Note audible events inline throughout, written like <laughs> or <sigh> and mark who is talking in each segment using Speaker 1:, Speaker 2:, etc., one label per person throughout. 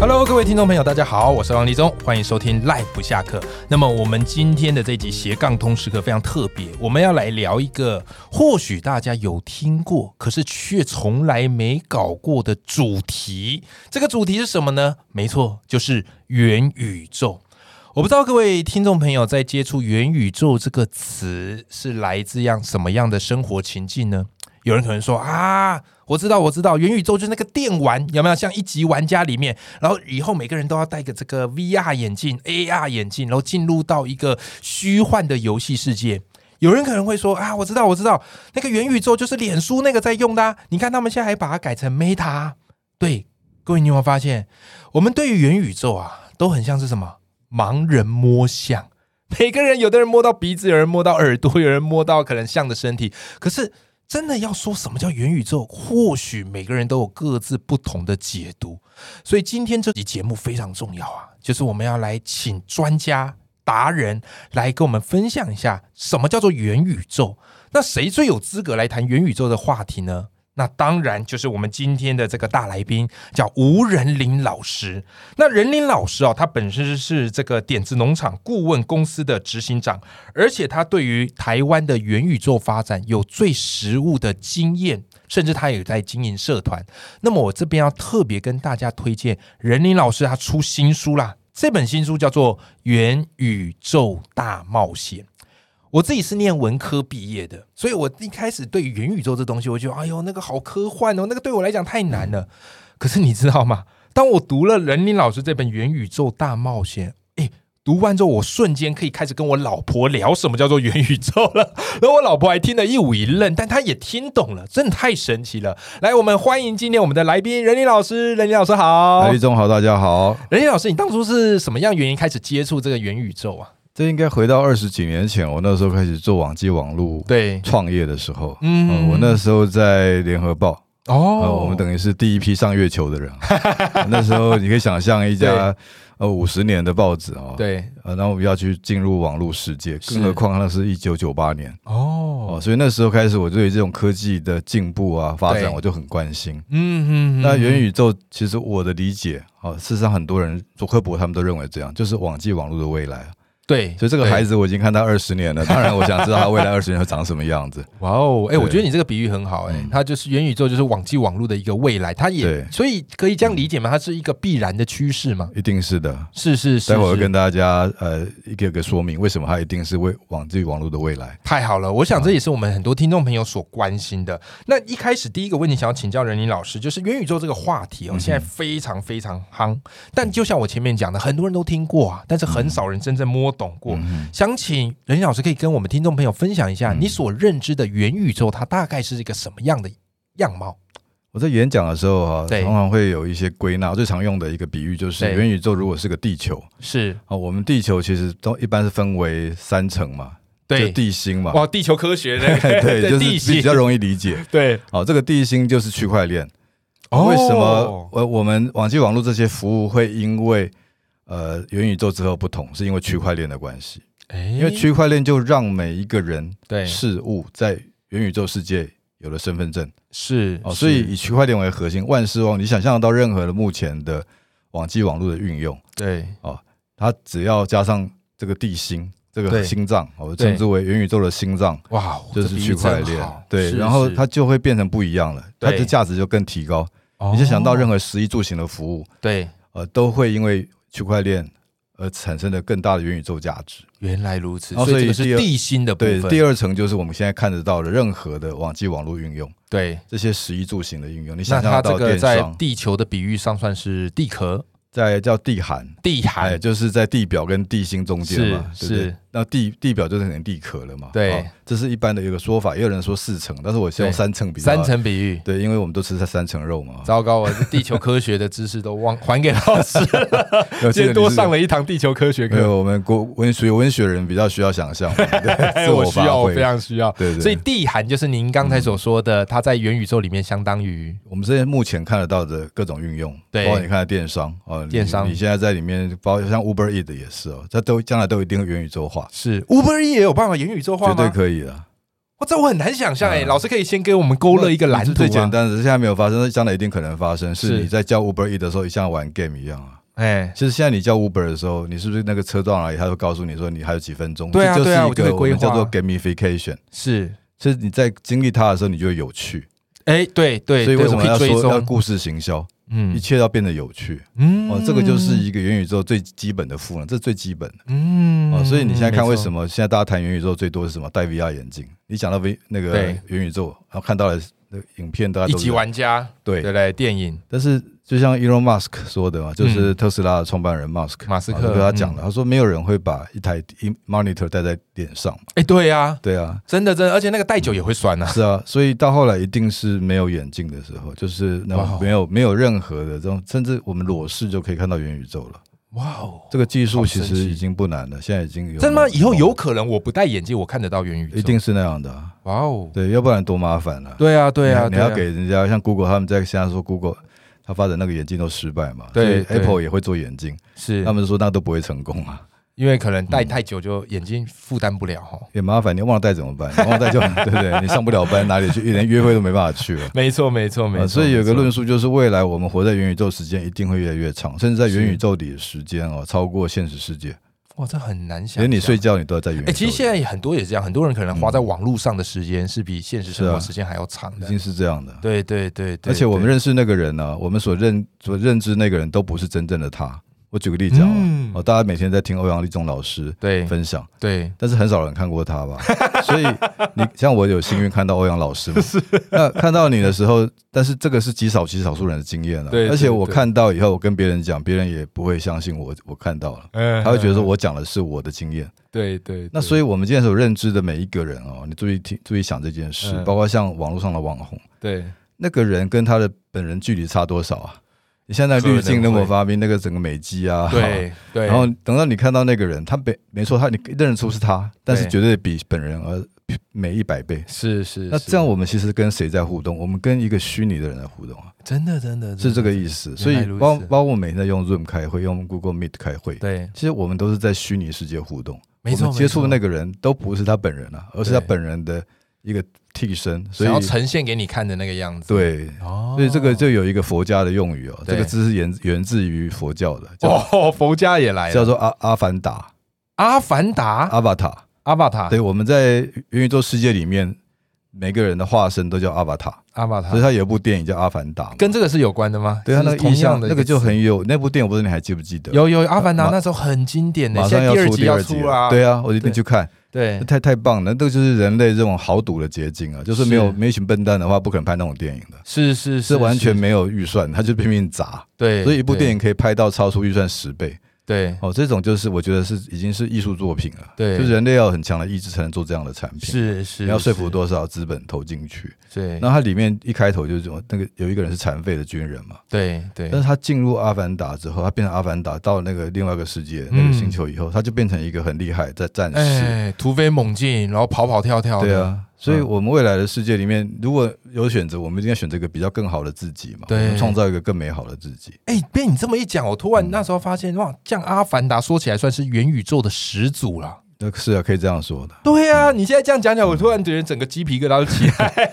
Speaker 1: Hello，各位听众朋友，大家好，我是王立忠，欢迎收听 Live 不下课。那么我们今天的这集斜杠通识课非常特别，我们要来聊一个或许大家有听过，可是却从来没搞过的主题。这个主题是什么呢？没错，就是元宇宙。我不知道各位听众朋友在接触“元宇宙”这个词是来自样什么样的生活情境呢？有人可能说啊，我知道，我知道，元宇宙就是那个电玩，有没有？像一级玩家里面，然后以后每个人都要戴个这个 VR 眼镜、AR 眼镜，然后进入到一个虚幻的游戏世界。有人可能会说啊，我知道，我知道，那个元宇宙就是脸书那个在用的、啊，你看他们现在还把它改成 Meta。对，各位你有没有发现，我们对于元宇宙啊，都很像是什么盲人摸象。 <laughs> 每个人，有的人摸到鼻子，有人摸到耳朵，有人摸到可能象的身体。可是真的要说什么叫元宇宙，或许每个人都有各自不同的解读。所以今天这集节目非常重要啊，就是我们要来请专家达人来跟我们分享一下什么叫做元宇宙。那谁最有资格来谈元宇宙的话题呢？那当然就是我们今天的这个大来宾，叫吴仁林老师。那仁林老师啊、他本身是这个点子农场顾问公司的执行长，而且他对于台湾的元宇宙发展有最实务的经验，甚至他也在经营社团。那么我这边要特别跟大家推荐任林老师，他出新书啦。这本新书叫做《元宇宙大冒险》。我自己是念文科毕业的，所以我一开始对元宇宙这东西，我就觉得哎呦，那个好科幻哦，那个对我来讲太难了。可是你知道吗？当我读了任林老师这本《元宇宙大冒险》，诶，读完之后，我瞬间可以开始跟我老婆聊什么叫做元宇宙了。 <laughs> 然后我老婆还听得一五一愣，但她也听懂了，真的太神奇了。来，我们欢迎今天我们的来宾任林老师，任林老师好
Speaker 2: 哎，。立中好，大家好。
Speaker 1: 任林老师，你当初是什么样原因开始接触这个元宇宙啊？
Speaker 2: 这应该回到二十几年前，我那时候开始做网际网络
Speaker 1: 对，
Speaker 2: 创业的时候。
Speaker 1: 嗯
Speaker 2: 呃我那时候在联合报，
Speaker 1: 哦，
Speaker 2: 呃，我们等于是第一批上月球
Speaker 1: <laughs>
Speaker 2: 的人。那时候你可以想象一家呃五十年的报纸啊、哦，，
Speaker 1: 对
Speaker 2: 呃，然后我们要去进入网络世界，
Speaker 1: 是
Speaker 2: 更何况那是一九九八年
Speaker 1: 哦，
Speaker 2: 哦，所以那时候开始，我对于这种科技的进步啊发
Speaker 1: 对
Speaker 2: 展，我就很关心。
Speaker 1: 嗯嗯，
Speaker 2: 那元
Speaker 1: 宇
Speaker 2: 宇宙，其实我的理解啊、哦，事实上很多人，祖克伯他们都认为这样，就是网际网络的未来。
Speaker 1: 对，
Speaker 2: 所以这个孩子我已经看他二十
Speaker 1: <laughs>
Speaker 2: 年了，当然我想知道他未来二十年会长什么样子。
Speaker 1: 对，哇哦，哎，
Speaker 2: 对
Speaker 1: 我觉得你这个比喻很好，哎
Speaker 2: 嗯，
Speaker 1: 它就是元宇宙，就是网际网络的一个未来，它也
Speaker 2: 对嗯
Speaker 1: 所以可以这样理解吗？它是一个必然的趋势吗？
Speaker 2: 一定是的，
Speaker 1: 是是是，
Speaker 2: 待会儿会
Speaker 1: 是
Speaker 2: 跟大家呃一个一个说明为什么它一定是为网际网络的未来。
Speaker 1: 太好了，我想
Speaker 2: 嗯
Speaker 1: 这也是我们很多听众朋友所关心的。那一开始第一个问题想要请教任林老师，就是元宇宙这个话
Speaker 2: 嗯
Speaker 1: 题哦，现在非常非常夯，但就像我前面讲的，很多人都听过啊，但是很少人真正摸懂过。
Speaker 2: 嗯
Speaker 1: 想请任林老师可以跟我们听众朋友分享一下，
Speaker 2: 嗯
Speaker 1: 你所认知的元宇宙它大概是一个什么样的样貌？
Speaker 2: 我在演讲的时候啊，
Speaker 1: 对
Speaker 2: 通常会有一些归纳。我最常用的一个比喻就是
Speaker 1: 对
Speaker 2: 元宇宙如果是个地球
Speaker 1: 是
Speaker 2: 啊，我们地球其实都一般是分为三层嘛，就
Speaker 1: 对
Speaker 2: 地心嘛，
Speaker 1: 哇，地球科学那 <laughs> 个
Speaker 2: <laughs> 对，就是
Speaker 1: 地
Speaker 2: 比
Speaker 1: 形
Speaker 2: 较容易理解。
Speaker 1: 对
Speaker 2: 好，这个地心就是区块链。
Speaker 1: 哦
Speaker 2: 为什么呃我们网际网络这些服务会因为呃元宇宙之后不同？是因为区块链的关系，因
Speaker 1: 因
Speaker 2: 为区块链就让每一个人
Speaker 1: 对
Speaker 2: 事物在元宇宙世界有了身份证
Speaker 1: 是
Speaker 2: 哦，所以以区块链为核心，万事万物你想象得到任何的目前的网际网络的运用，
Speaker 1: 对
Speaker 2: 它只要加上这个地心这
Speaker 1: 对
Speaker 2: 个心脏，我
Speaker 1: 对
Speaker 2: 称之为元宇宙的心脏。
Speaker 1: 哇，
Speaker 2: 就是区块
Speaker 1: 这比喻真
Speaker 2: 链
Speaker 1: 好，
Speaker 2: 对，
Speaker 1: 啊是
Speaker 2: 然后
Speaker 1: 是
Speaker 2: 它就会变成不一样了，它
Speaker 1: 对
Speaker 2: 的价值就更提高。
Speaker 1: 哦
Speaker 2: 你就想到任何食衣住行的服务，
Speaker 1: 对，
Speaker 2: 呃，都会因为区块链而产生的更大的元宇宙价值。
Speaker 1: 原来如此，
Speaker 2: 然后
Speaker 1: 所以这个
Speaker 2: 哦所以
Speaker 1: 是
Speaker 2: 第二
Speaker 1: 地心的部
Speaker 2: 对
Speaker 1: 分，，
Speaker 2: 第二层就是我们现在看得到的任何的网际网络运用，
Speaker 1: 对。
Speaker 2: 这些食衣住行的运用，你
Speaker 1: 那
Speaker 2: 想
Speaker 1: 它
Speaker 2: 象
Speaker 1: 这
Speaker 2: 到
Speaker 1: 个
Speaker 2: 电
Speaker 1: 在
Speaker 2: 商，
Speaker 1: 地球的比喻上算是地壳、
Speaker 2: 在叫地函，
Speaker 1: 地
Speaker 2: 哎，
Speaker 1: 海，
Speaker 2: 就是在地表跟地心中间
Speaker 1: 是
Speaker 2: 嘛，对不对
Speaker 1: 是？，
Speaker 2: 那地地表就是等于地壳了嘛。
Speaker 1: 对
Speaker 2: 哦这是一般的一个说法，也有人说四层，但是我是用
Speaker 1: 对
Speaker 2: 三层比较。
Speaker 1: 三。层比喻。
Speaker 2: 对，因为我们都吃三层肉嘛。
Speaker 1: <laughs> 糟糕，我地球科学的知识都忘 <laughs> 还给老
Speaker 2: <laughs>
Speaker 1: 师了，
Speaker 2: 要
Speaker 1: 今天多上
Speaker 2: 了。
Speaker 1: 了一堂地球科学
Speaker 2: 没
Speaker 1: 课。
Speaker 2: 有，我们国文学文学人比较需要想象嘛，对
Speaker 1: 哎，
Speaker 2: <laughs>
Speaker 1: <laughs>
Speaker 2: 自
Speaker 1: 我需
Speaker 2: 发
Speaker 1: 要，我
Speaker 2: 挥
Speaker 1: 非。常需要。
Speaker 2: 对对
Speaker 1: 所以地寒就是您刚才所说的，它在元宇宙里面相当于
Speaker 2: 我们现在目前看得到的各种运用，
Speaker 1: 对
Speaker 2: 包括你看的电商哦，你
Speaker 1: 电商
Speaker 2: 你现在在里面，包括像 Uber Eat 也是哦，这都将来都一定会元宇宙化，
Speaker 1: 是 Uber E 也有办法元宇宙化
Speaker 2: 嗯绝
Speaker 1: 吗？
Speaker 2: 对可以啊的。
Speaker 1: 哇，这我很难想象哎、
Speaker 2: 嗯
Speaker 1: 老师可以先给我们勾勒一个蓝图
Speaker 2: 是
Speaker 1: 吗
Speaker 2: 最简，单的，是现在没有发生，但将来一定可能发生。
Speaker 1: 是
Speaker 2: 是你在叫 Uber Eat 的时候，像玩 game 一样啊。
Speaker 1: 哎、
Speaker 2: 其实现在你叫 Uber 的时候，你是不是那个车到哪里，他会告诉你说你还有几分钟？
Speaker 1: 对啊
Speaker 2: 这就是
Speaker 1: 对啊
Speaker 2: 一
Speaker 1: 我就会
Speaker 2: 个我
Speaker 1: 规
Speaker 2: 们
Speaker 1: 划
Speaker 2: 叫做 gamification。
Speaker 1: 是，
Speaker 2: 就是你在经历它的时候，你就会有趣。
Speaker 1: 哎、对对，
Speaker 2: 所以为
Speaker 1: 对
Speaker 2: 什
Speaker 1: 我
Speaker 2: 么
Speaker 1: 可以
Speaker 2: 要
Speaker 1: 追
Speaker 2: 说要
Speaker 1: 踪？
Speaker 2: 故事行销？一
Speaker 1: 嗯
Speaker 2: 切要变得有趣。
Speaker 1: 嗯
Speaker 2: 哦，这个就是一个元宇宙最基本的赋能，这是最基本的
Speaker 1: 嗯
Speaker 2: 哦。所以你现在看为什
Speaker 1: 么？
Speaker 2: 么现在大家谈元宇宙最多是什么？戴 VR 眼镜，你讲到 V 那个呃
Speaker 1: 对
Speaker 2: 元宇宙，然后看到了那个影片，大家
Speaker 1: 一
Speaker 2: 都
Speaker 1: 级玩家
Speaker 2: 对
Speaker 1: 对不对？电影
Speaker 2: 但是就像 Elon Musk 说的嘛，就是特斯拉的创办人 Musk
Speaker 1: 马斯克
Speaker 2: 啊就跟他讲了，
Speaker 1: 嗯
Speaker 2: 他说没有人会把一台一 monitor 戴在脸上嘛。
Speaker 1: 哎、对啊，
Speaker 2: 对啊，
Speaker 1: 真的真的，而且那个戴久也会酸啊。
Speaker 2: 是啊，所以到后来一定是没有眼镜的时候，就是那
Speaker 1: 哇哦
Speaker 2: 种没有没有任何的这种，甚至我们裸视就可以看到元宇宙了。
Speaker 1: 哇哦，
Speaker 2: 这个技术其
Speaker 1: 好神奇
Speaker 2: 实已经不难了，现在已经有
Speaker 1: 真的吗？以后有可能我不戴眼镜，我看得到元宇宙。
Speaker 2: 一定是那样的啊、
Speaker 1: 哇哦，
Speaker 2: 对，要不然多麻烦了、
Speaker 1: 对啊对啊，
Speaker 2: 你要
Speaker 1: 对啊
Speaker 2: 给人家像 Google 他们在现在说 Google 他发展那个眼镜都失败嘛，
Speaker 1: 对
Speaker 2: 所以，Apple 也会做眼镜，
Speaker 1: 是
Speaker 2: 他们说那都不会成功啊，
Speaker 1: 因为可能戴太久就眼睛负担不了哈。
Speaker 2: 也麻烦，你忘了带怎么办？ <laughs> 你忘了带就对不对？你上不了班，哪里去？连约会都没办法去了。
Speaker 1: 没错没错没
Speaker 2: 啊
Speaker 1: 错，
Speaker 2: 所以有个
Speaker 1: 没错
Speaker 2: 论述就是，未来我们活在元宇宙时间一定会越来越长，甚至在元宇宙里的时间哦，超过现实世界，
Speaker 1: 哇，这很难想象。
Speaker 2: 连你睡觉你都要在元宇
Speaker 1: 哎、
Speaker 2: 宙里。
Speaker 1: 其实现在也很多也是这样，很多人可能花在网络上的时间是比现实生
Speaker 2: 嗯是
Speaker 1: 活
Speaker 2: 啊
Speaker 1: 时间还要长
Speaker 2: 已
Speaker 1: 的。
Speaker 2: 经是这样的，
Speaker 1: 对对对对，
Speaker 2: 而且我们
Speaker 1: 对
Speaker 2: 认识那个人呢、我们所认所认知那个人都不是真正的他。我举个例子啊、
Speaker 1: 嗯
Speaker 2: 哦，大家每天在听欧阳立中老师
Speaker 1: 对
Speaker 2: 分享，
Speaker 1: 对
Speaker 2: 但是很少人看过他
Speaker 1: <laughs>
Speaker 2: 吧？所以你像我有幸运看到欧阳老师嘛？那看到你的时候，但是这个是极少极少数人的经验了、
Speaker 1: 对对
Speaker 2: 而且我
Speaker 1: 对
Speaker 2: 看到以后，我跟别人讲，别人也不会相信我，我看到了。
Speaker 1: 嗯
Speaker 2: 他会觉得说，我讲的是我的经验，
Speaker 1: 对对，
Speaker 2: 那所以我们今天所认知的每一个人哦，你注意听、注意想这件事，
Speaker 1: 嗯
Speaker 2: 包括像网络上的网红， <laughs>
Speaker 1: 对
Speaker 2: 那个人跟他的本人距离差多少啊？你现在滤镜那么发明，那个整个美肌啊，
Speaker 1: 对对，
Speaker 2: 然后等到你看到那个人，他没没错，他你认得出是他，但是绝对比本人而美一百倍。
Speaker 1: 是是，
Speaker 2: 那
Speaker 1: 是
Speaker 2: 这样我们其实跟谁在互动？我们跟一个虚拟的人在互动啊，
Speaker 1: 真的真的
Speaker 2: 是这个
Speaker 1: 思。
Speaker 2: 意思。
Speaker 1: 嗯
Speaker 2: 所
Speaker 1: 原来
Speaker 2: 以
Speaker 1: 如此
Speaker 2: 包包括我每天在用 Zoom 开会，用 Google Meet 开会，
Speaker 1: 对，
Speaker 2: 其实我们都是在虚拟世界互动。
Speaker 1: 没错，
Speaker 2: 我们接触
Speaker 1: 没错
Speaker 2: 那个人都不是他本人啊，而是他
Speaker 1: 对
Speaker 2: 本人的一个替身，所
Speaker 1: 想要
Speaker 2: 以
Speaker 1: 呈现给你看的那个样子。
Speaker 2: 对，
Speaker 1: 哦，
Speaker 2: 所以这个就有一个佛家的用语哦，
Speaker 1: 对
Speaker 2: 这个字是源源自于佛教的，叫
Speaker 1: 哦，佛家也来
Speaker 2: 叫
Speaker 1: 了，
Speaker 2: 做阿阿凡达
Speaker 1: 阿凡达
Speaker 2: 阿巴塔。
Speaker 1: 阿巴塔，
Speaker 2: 对，我们在元宇宙世界里面，每个人的化身都叫阿巴塔，
Speaker 1: 阿巴塔
Speaker 2: 所以，他有一部电影叫《阿凡达》嘛，
Speaker 1: 啊跟这个是有关的吗？
Speaker 2: 对他那
Speaker 1: 是
Speaker 2: 个
Speaker 1: 同
Speaker 2: 印
Speaker 1: 样
Speaker 2: 象，
Speaker 1: 的一
Speaker 2: 那个就
Speaker 1: 词
Speaker 2: 很有那部电影，我不知道你还记不记得？
Speaker 1: 有有阿凡达
Speaker 2: 马
Speaker 1: 那时候很经典的，
Speaker 2: 马
Speaker 1: 现
Speaker 2: 上
Speaker 1: 在第
Speaker 2: 出
Speaker 1: 集
Speaker 2: 第
Speaker 1: 要
Speaker 2: 二集
Speaker 1: 出
Speaker 2: 了，
Speaker 1: 啦。
Speaker 2: 对啊，我一定
Speaker 1: 对
Speaker 2: 去看，
Speaker 1: 对
Speaker 2: 那太太棒了，那个就是人类这种豪赌的结晶啊，就是没有
Speaker 1: 是
Speaker 2: 没一群笨蛋的话，不可能拍那种电影的。
Speaker 1: 是是
Speaker 2: 是完全没有预算，他就拼命砸，
Speaker 1: 对，
Speaker 2: 所以一部
Speaker 1: 对
Speaker 2: 电影可以拍到超出预算十倍。
Speaker 1: 对
Speaker 2: 哦，这种就是我觉得是已经是艺术作品了，
Speaker 1: 对
Speaker 2: 就是人类要有很强的意志才能做这样的产品。
Speaker 1: 是是
Speaker 2: 你要说
Speaker 1: 是
Speaker 2: 服多少资本投进去？
Speaker 1: 对
Speaker 2: 那它里面一开头就是说那个有一个人是残废的军人嘛，
Speaker 1: 对
Speaker 2: 但是
Speaker 1: 对
Speaker 2: 他进入阿凡达之后，他变成阿凡达到那个另外一个世界
Speaker 1: 嗯
Speaker 2: 那个星球以后，他就变成一个很厉害的战士。
Speaker 1: 哎，突飞猛进，然后跑跑跳跳的，嗯
Speaker 2: 对啊，所以我们未来的世界里面，如果有选择，我们一定要选择一个比较更好的自己嘛，我
Speaker 1: 对
Speaker 2: 们创造一个更美好的自己。
Speaker 1: 哎，被你这么一讲，我突
Speaker 2: 嗯
Speaker 1: 然那时候发现，哇，像《阿凡达》说起来算是元宇宙的始祖了。
Speaker 2: 那是啊，可以这样说的。 <laughs>
Speaker 1: 对啊，你现在这样讲讲，我突然觉得整个鸡皮疙瘩都起来。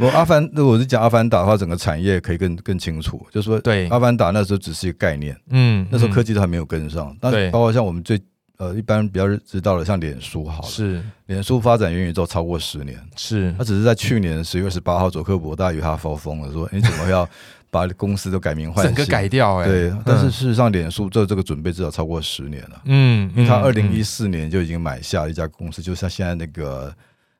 Speaker 2: 我阿凡，如果是讲阿凡达的话，整个产业可以更更清楚，就是说，
Speaker 1: <laughs> 对
Speaker 2: 阿凡达那时候只是一个概念，
Speaker 1: 嗯
Speaker 2: 那时候科
Speaker 1: 嗯
Speaker 2: 技都还没有跟上。那
Speaker 1: 对
Speaker 2: 包括像我们最呃一般比较知道的，像脸书好了，
Speaker 1: 是
Speaker 2: 脸书发展元宇宙超过十年，
Speaker 1: 是
Speaker 2: 它只是在去年十月十八号，佐克伯大与他发疯了，说你怎么要把公司都改名换
Speaker 1: 整
Speaker 2: 姓？
Speaker 1: 个改掉哎，
Speaker 2: 对
Speaker 1: 嗯，
Speaker 2: 但是事实上，脸书做这个准备至少超过十年了。
Speaker 1: 嗯，
Speaker 2: 因为他
Speaker 1: 嗯
Speaker 2: 二零一
Speaker 1: 嗯
Speaker 2: 四年就已经买下了一家公司，就像现在那个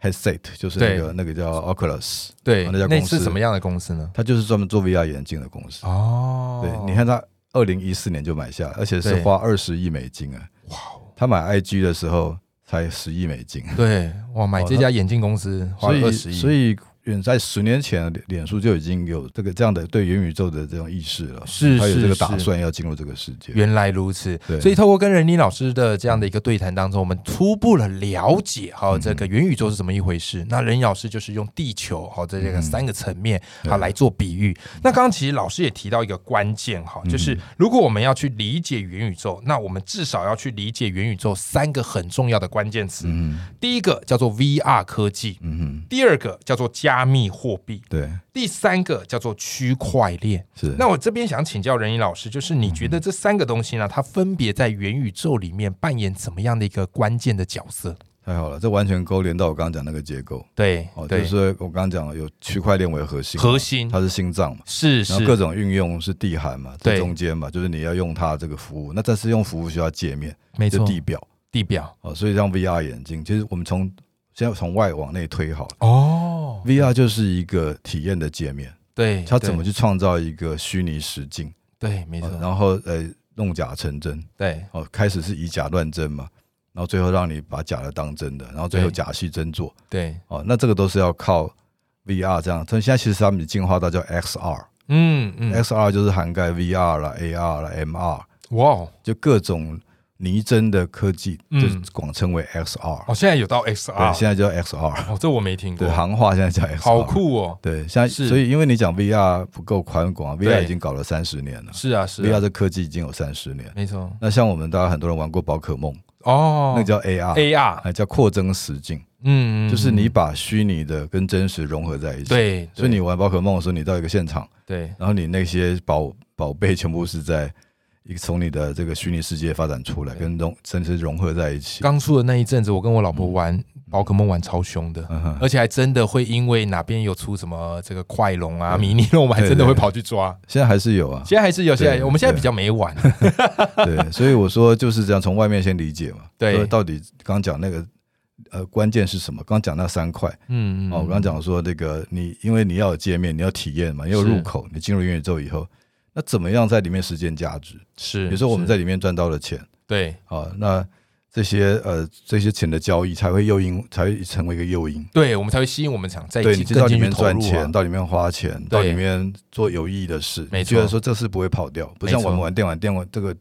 Speaker 2: Headset，就是那个那个叫 Oculus，
Speaker 1: 对
Speaker 2: 那家
Speaker 1: 那
Speaker 2: 公司
Speaker 1: 是什么样的公司呢？
Speaker 2: 它就是专门做 VR 眼镜的公司。
Speaker 1: 哦，
Speaker 2: 对，你看它二零一四年就买下，而且是
Speaker 1: 对
Speaker 2: 哦花二十亿美金啊！哇，他买 IG 的时候，才十亿美金，
Speaker 1: 对，哇，买这
Speaker 2: 哇
Speaker 1: 家眼镜公司花
Speaker 2: 所
Speaker 1: 了
Speaker 2: 以
Speaker 1: 二十亿，
Speaker 2: 所以远在十年前，脸脸书就已经有这个这样的对元宇宙的这种意识了，
Speaker 1: 是
Speaker 2: 还有
Speaker 1: 是
Speaker 2: 这个打
Speaker 1: 是
Speaker 2: 算要进入这个世界。
Speaker 1: 原来如此，
Speaker 2: 对
Speaker 1: 所以透过跟任林老师的这样的一个对谈当中，我们初步了了解哈
Speaker 2: 嗯
Speaker 1: 这个元宇宙是怎么一回事。那任林老师就是用地球哈这这个
Speaker 2: 嗯
Speaker 1: 三个层面
Speaker 2: 对
Speaker 1: 啊来做比喻。那刚刚其实老师也提到一个关键哈，
Speaker 2: 嗯
Speaker 1: 就是如果我们要去理解元宇宙，那我们至少要去理解元宇宙三个很重要的关键词。
Speaker 2: 嗯
Speaker 1: 第一个叫做 VR 科技，
Speaker 2: 嗯哼，
Speaker 1: 第二个叫做加密货币，
Speaker 2: 对，
Speaker 1: 第三个叫做区块链。
Speaker 2: 是。
Speaker 1: 那我这边想请教任一老师，就是你觉得这三个东西呢，它分别在元宇宙里面扮演怎么样的一个关键的角色？
Speaker 2: 太好了，这完全勾连到我刚刚讲那个结构
Speaker 1: 对，
Speaker 2: 哦，就
Speaker 1: 对，
Speaker 2: 是我刚刚讲了有区块链为核心嘛，
Speaker 1: 核心
Speaker 2: 它是心脏嘛，
Speaker 1: 是
Speaker 2: 然后各
Speaker 1: 是
Speaker 2: 种运用是地函嘛，
Speaker 1: 对
Speaker 2: 在中间嘛，就是你要用它这个服务，那但是用服务需要界面，
Speaker 1: 没
Speaker 2: 就
Speaker 1: 错，
Speaker 2: 地表
Speaker 1: 地表
Speaker 2: 哦，所以让 VR 眼镜，其实我们从现在从外往内推好了
Speaker 1: 哦，
Speaker 2: ，VR 就是一个体验的界面，
Speaker 1: 对，
Speaker 2: 它怎么
Speaker 1: 哎对
Speaker 2: 去创造一个虚拟实境，
Speaker 1: 对，没错
Speaker 2: 哦，然后呃弄假成真，
Speaker 1: 对
Speaker 2: 哦，开始是以假乱真嘛，然后最后让你把假的当真的，然后最后
Speaker 1: 对
Speaker 2: 假戏真做。
Speaker 1: 对，
Speaker 2: 哦，那这个都是要靠 VR 这样。所以现在其实他们进化到叫 XR，XR、
Speaker 1: 嗯嗯，
Speaker 2: XR 就是涵盖 VR 啦、AR 啦、MR，
Speaker 1: 哇哦，
Speaker 2: 就各种拟真的科技，
Speaker 1: 嗯
Speaker 2: 就是广称为 XR、
Speaker 1: 哦，现在有到
Speaker 2: 对，
Speaker 1: XR，
Speaker 2: 现在叫 XR，
Speaker 1: 哦，这我没听过
Speaker 2: 对，，行话现在叫 XR。
Speaker 1: 好！酷哦，
Speaker 2: 对，现在
Speaker 1: 是
Speaker 2: 所以因为你讲 VR 不够宽广，VR
Speaker 1: 对
Speaker 2: 已经搞了三十年了
Speaker 1: 是啊是
Speaker 2: VR
Speaker 1: 啊，
Speaker 2: 这科技已经有三十年。
Speaker 1: 没错，
Speaker 2: 那像我们大家很多人玩过宝可梦，
Speaker 1: 哦，
Speaker 2: 那个叫 AR，
Speaker 1: AR，
Speaker 2: 还叫扩增实境，
Speaker 1: 嗯，嗯
Speaker 2: 就是你
Speaker 1: 嗯
Speaker 2: 把虚拟的跟真实融合在一起。
Speaker 1: 对，
Speaker 2: 所
Speaker 1: 对
Speaker 2: 以你玩宝可梦的时候，你到一个现场，
Speaker 1: 对
Speaker 2: 然后你那些宝宝贝全部是在一个从你的这个虚拟世界发展出来，
Speaker 1: 对
Speaker 2: 跟融甚至融合在
Speaker 1: <laughs>
Speaker 2: 一起。
Speaker 1: 刚出的那一阵子，我跟我老婆玩宝可梦玩超凶的，
Speaker 2: 嗯哼，
Speaker 1: 而且还真的会因为哪边有出什么这个快龙啊、
Speaker 2: 对
Speaker 1: 迷你龙，我们还真的
Speaker 2: 对对
Speaker 1: 会跑去抓。
Speaker 2: 现在还是有啊，
Speaker 1: 现在还是有，
Speaker 2: 对
Speaker 1: 现在我们现在
Speaker 2: 对
Speaker 1: 比较没
Speaker 2: <laughs>
Speaker 1: 玩，
Speaker 2: 对，所以我说就是这样，从外面先理解嘛。
Speaker 1: 对
Speaker 2: 说到底刚讲那个呃关键是什么？刚讲那三块
Speaker 1: 嗯嗯，
Speaker 2: 哦，我刚讲说这个你因为你要有界面，你要体验嘛，你有
Speaker 1: 是
Speaker 2: 入口，你进入元宇宙以后，那怎么样在里面实现价值？
Speaker 1: 是，
Speaker 2: 比如说我们
Speaker 1: 是
Speaker 2: 在里面赚到了钱。
Speaker 1: 对
Speaker 2: 啊，那这些呃这些钱的交易才会诱因，才会成为一个诱因。
Speaker 1: 对，我们才会吸引我们想在
Speaker 2: 对你
Speaker 1: 进
Speaker 2: 就到
Speaker 1: 更进
Speaker 2: 里
Speaker 1: 去
Speaker 2: 面
Speaker 1: 投
Speaker 2: 赚
Speaker 1: 入
Speaker 2: 钱，
Speaker 1: 啊。
Speaker 2: 到里面花钱，到里
Speaker 1: 对
Speaker 2: 面做有意义的事，
Speaker 1: 没
Speaker 2: 你觉得
Speaker 1: 错
Speaker 2: 说这事不会跑掉，不
Speaker 1: 没
Speaker 2: 像我们
Speaker 1: 错
Speaker 2: 玩电玩，电玩这个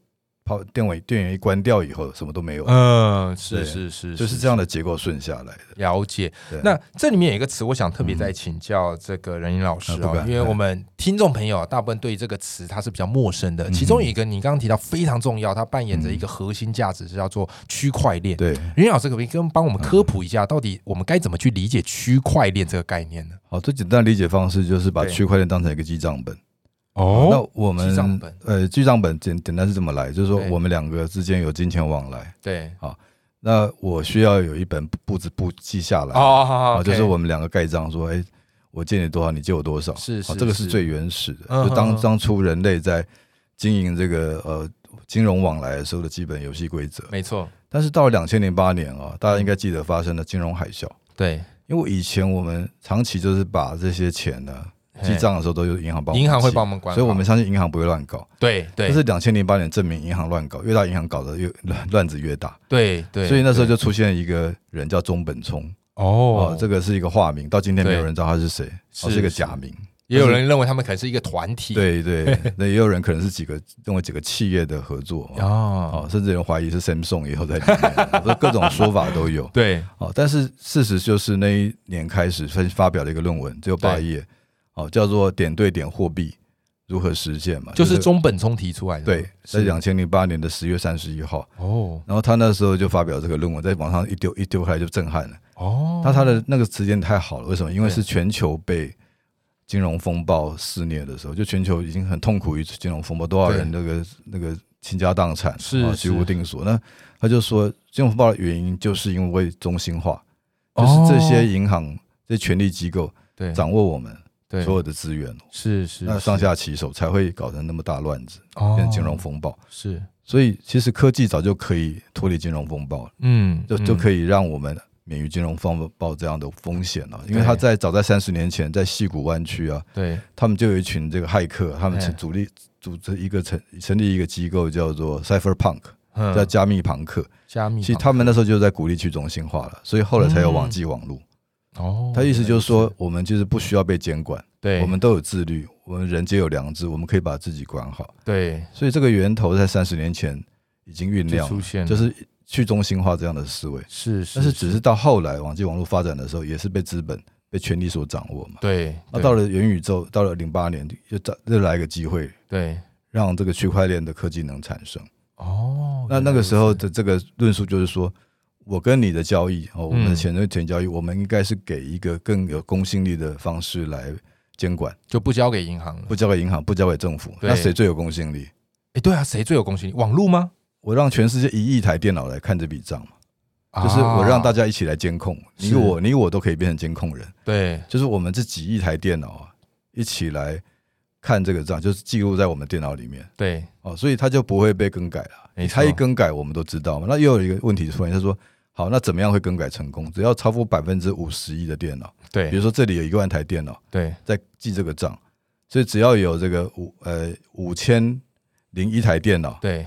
Speaker 2: 跑电玩电源一关掉以后什么都没有，
Speaker 1: 嗯，是
Speaker 2: 对
Speaker 1: 是是，
Speaker 2: 就是这样的结构顺下来的。
Speaker 1: 了解
Speaker 2: 对。嗯
Speaker 1: 那这里面有一个词，我想特别在请教这个任英老师
Speaker 2: 啊不
Speaker 1: 哦，
Speaker 2: 敢
Speaker 1: 因为我们听众朋友大部分对这个词它是比较陌生的。
Speaker 2: 嗯
Speaker 1: 其中有一个你刚刚提到非常重要，它扮演着一个核心价值，是叫做区块链。
Speaker 2: 嗯对，
Speaker 1: 任英老师可不可以跟帮我们科普一下，到底我们该怎么去理解区块链这个概念呢？
Speaker 2: 好，最简单的理解方式就是把
Speaker 1: 对
Speaker 2: 区块链当成一个记账本。
Speaker 1: 哦，
Speaker 2: 那我
Speaker 1: 记账
Speaker 2: 们
Speaker 1: 本
Speaker 2: 呃记账本简简单是这么来，就是说
Speaker 1: 对
Speaker 2: 我们两个之间有金钱往来，
Speaker 1: 对，
Speaker 2: 那我需要有一本簿子簿记下来。
Speaker 1: 哦，好
Speaker 2: 啊，
Speaker 1: 好，
Speaker 2: 就是我们两个盖章说，哎、我借你多少，你借我多少，
Speaker 1: 是是
Speaker 2: 啊，这个是
Speaker 1: 是
Speaker 2: 最原始的，
Speaker 1: 嗯
Speaker 2: 就当
Speaker 1: 嗯
Speaker 2: 当初人类在经营这个呃金融往来的时候的基本游戏规则。
Speaker 1: 没错，
Speaker 2: 但是到了两千零八年啊，大家应该记得发生了金融海啸，
Speaker 1: 对，
Speaker 2: 因为以前我们长期就是把这些钱呢记账的时候都由银行
Speaker 1: 嘿，
Speaker 2: 帮我们
Speaker 1: 银行会
Speaker 2: 记
Speaker 1: 帮我们管好，
Speaker 2: 所以我们相信银行不会乱搞。
Speaker 1: 对
Speaker 2: 但
Speaker 1: 对
Speaker 2: 是两千零八年证明银行乱搞，越大银行搞得越乱乱子越大，
Speaker 1: 对对，
Speaker 2: 所以那时候
Speaker 1: 对
Speaker 2: 就出现一个人叫中本聪。
Speaker 1: 哦
Speaker 2: 哦，，这个是一个化名，到今天没有
Speaker 1: 对
Speaker 2: 人知道他是谁，
Speaker 1: 是
Speaker 2: 哦是一个
Speaker 1: 是
Speaker 2: 假名。
Speaker 1: 也有人认为他们可能是一个团体，
Speaker 2: 对对，
Speaker 1: <laughs>
Speaker 2: 那也有人可能是几个认为几个企业的合作哦，
Speaker 1: 哦，
Speaker 2: 哦甚至有人怀疑是 Samsung 以后在里面，哦各种说法都有。
Speaker 1: 对，
Speaker 2: 哦，但是事实就是那一年开始分发表了一个论文，只有八
Speaker 1: 对
Speaker 2: 页，哦，叫做《点对点货币如何实现》嘛，
Speaker 1: 就是中本聪提出来的，
Speaker 2: 对，在
Speaker 1: 是
Speaker 2: 两千零八年的十月三十一号。
Speaker 1: 哦
Speaker 2: 然后他那时候就发表这个论文，在网上一丢一丢开来就震撼了。
Speaker 1: 哦，
Speaker 2: 那它的那个时间太好了，为什么？因为
Speaker 1: 对
Speaker 2: 是全球被金融风暴肆虐的时候，就全球已经很痛苦于金融风暴，多少人那个那个倾家荡产，
Speaker 1: 是
Speaker 2: 啊
Speaker 1: 是
Speaker 2: 居无定所。那他就说，金融风暴的原因就是因为中心化，就
Speaker 1: 哦
Speaker 2: 是这些银行、这些权力机构
Speaker 1: 对
Speaker 2: 掌握我们
Speaker 1: 对
Speaker 2: 所有的资源，
Speaker 1: 是是哦
Speaker 2: 那上下其手才会搞成那么大乱子，变
Speaker 1: 变
Speaker 2: 成金融风暴。
Speaker 1: 是
Speaker 2: 所以，其实科技早就可以脱离金融风暴了。
Speaker 1: 嗯
Speaker 2: 就就
Speaker 1: 以
Speaker 2: 可以让我们免于金融风暴这样的风险了、因为
Speaker 1: 对
Speaker 2: 他在早在三十年前，在戏谷湾区啊，
Speaker 1: 对
Speaker 2: 他们就有一群这个骇客，他们成
Speaker 1: 哎
Speaker 2: 组立组织一个成成立一个机构叫做 Cypherpunk，
Speaker 1: 嗯
Speaker 2: 叫加密庞克。
Speaker 1: 加密
Speaker 2: 其实
Speaker 1: 嘛
Speaker 2: 他们那时候就在鼓励去中心化了，所以后来才有网际网络。
Speaker 1: 哦，
Speaker 2: 他意思就是说，我们就是不需要被监管，
Speaker 1: 对，
Speaker 2: 我们都有自律，我们人皆有良知，我们可以把自己管好。
Speaker 1: 对
Speaker 2: 所以这个源头在三十年前已经酝
Speaker 1: 就
Speaker 2: 酿
Speaker 1: 出
Speaker 2: 了，
Speaker 1: 现了
Speaker 2: 就是去中心化这样的思维。
Speaker 1: 是是，
Speaker 2: 但是只是到后来网际网络发展的时候，也是被资本、被权力所掌握嘛。
Speaker 1: 对，
Speaker 2: 那
Speaker 1: 对
Speaker 2: 到了元宇宙，到了零八年，就再又来一个机会，
Speaker 1: 对
Speaker 2: 让这个区块链的科技能产生。
Speaker 1: 哦，
Speaker 2: 那
Speaker 1: 原
Speaker 2: 那
Speaker 1: 来
Speaker 2: 个
Speaker 1: 如
Speaker 2: 时候
Speaker 1: 此
Speaker 2: 的这个论述就是说，我跟你的交易哦，我们
Speaker 1: 嗯
Speaker 2: 的钱跟钱交易，我们应该是给一个更有公信力的方式来监管，
Speaker 1: 就不交给银行了。
Speaker 2: 不交给银行，不交给政府，
Speaker 1: 对
Speaker 2: 那谁最有公信力？
Speaker 1: 哎，对啊，谁最有公信力？网络吗？
Speaker 2: 我让全世界一亿台电脑来看这笔账嘛，就是我
Speaker 1: 啊
Speaker 2: 让大家一起来监控，你
Speaker 1: 是
Speaker 2: 我你我都可以变成监控人，
Speaker 1: 对
Speaker 2: 就是我们这几亿台电脑啊，一起来看这个账，就是记录在我们电脑里面。
Speaker 1: 对
Speaker 2: 哦，所以它就不会被更改
Speaker 1: 没
Speaker 2: 了。
Speaker 1: 错
Speaker 2: 它一更改，我们都知道嘛。那又有一个问题出现，他说：好，那怎么样会更改成功？只要超过百分之五十一的电脑，比
Speaker 1: 对
Speaker 2: 如说这里有一万台电脑
Speaker 1: 对，
Speaker 2: 在记这个账，所以只要有这个五呃五千零一台电脑
Speaker 1: 对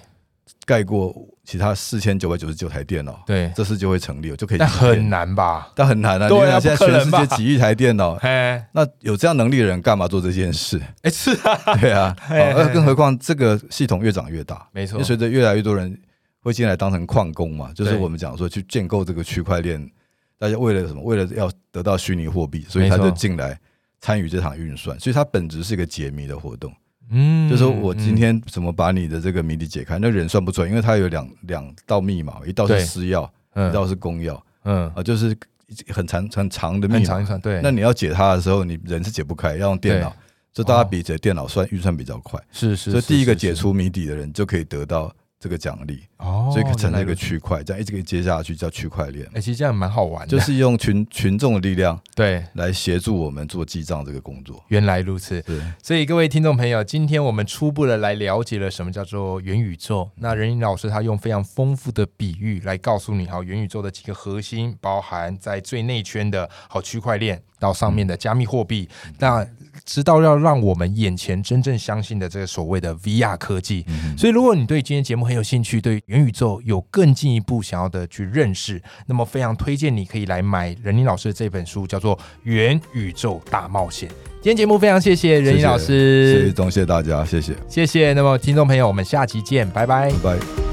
Speaker 2: 盖过其他四千九百九十九台电脑，
Speaker 1: 对，
Speaker 2: 这事就会成立，我就可以。
Speaker 1: 但很，难
Speaker 2: <laughs>
Speaker 1: 吧？
Speaker 2: 但很难啊！
Speaker 1: 对啊
Speaker 2: 你想现在
Speaker 1: 不可
Speaker 2: 全
Speaker 1: 能
Speaker 2: 世
Speaker 1: 吧
Speaker 2: 界几亿台电脑，
Speaker 1: <laughs> 哎
Speaker 2: 那有这样能力的人干嘛做这件事？
Speaker 1: 哎，是啊，
Speaker 2: 对啊，好
Speaker 1: 嘿
Speaker 2: 呃，更何况这个系统越长越大，
Speaker 1: 没错
Speaker 2: 因为，随着越来越多人会进来当成矿工嘛，就是
Speaker 1: 对
Speaker 2: 我们讲说去建构这个区块链，大家为了什么？为了要得到虚拟货币，所以
Speaker 1: 没
Speaker 2: 他
Speaker 1: 错
Speaker 2: 就进来参与这场运算。所以它本质是一个解谜的活动，
Speaker 1: 嗯
Speaker 2: 就是说我今
Speaker 1: 嗯
Speaker 2: 天怎么把你的这个谜底解开？那人算不出来，因为它有两两道密码，一道
Speaker 1: 对
Speaker 2: 是私钥，一
Speaker 1: 嗯
Speaker 2: 道是公钥
Speaker 1: 嗯
Speaker 2: 啊，就是很长很长的密
Speaker 1: 很
Speaker 2: 码
Speaker 1: 长。一串，对，
Speaker 2: 那你要解它的时候，你人是解不开，要用电脑
Speaker 1: 对。
Speaker 2: 就大家
Speaker 1: 哦
Speaker 2: 比起来电脑算预算比较快，
Speaker 1: 是是，
Speaker 2: 所以
Speaker 1: 是
Speaker 2: 第一个
Speaker 1: 是
Speaker 2: 解
Speaker 1: 是
Speaker 2: 除谜底的人就可以得到这个奖励。
Speaker 1: 哦，
Speaker 2: 所以
Speaker 1: 原
Speaker 2: 产
Speaker 1: 来
Speaker 2: 生一个
Speaker 1: 如此
Speaker 2: 区块，这样一直可以接下去叫区块链
Speaker 1: 哎、，其实这样蛮好玩的，
Speaker 2: 就是用群群众的力量
Speaker 1: 对。
Speaker 2: 来协助我们做记账这个工作。
Speaker 1: 原来如此，
Speaker 2: 对，
Speaker 1: 所以各位听众朋友，今天我们初步的来了解了什么叫做元宇宙。那任英老师他用非常丰富的比喻来告诉你，好元宇宙的几个核心，包含在最内圈的好区块链到上面的加密货币，那直到要让我们眼前真正相信的这个所谓的 VR 科技，
Speaker 2: 嗯
Speaker 1: 所以，如果你对今天节目很有兴趣，对元宇宙有更进一步想要的去认识，那么非常推荐你可以来买任林老师的这本书，叫做《元宇宙大冒险》。今天节目非常谢谢任林老
Speaker 2: 谢谢
Speaker 1: 师，
Speaker 2: 钟，谢谢大家，谢谢，
Speaker 1: 谢谢。那么，听众朋友，我们下期见，拜拜。
Speaker 2: 拜拜。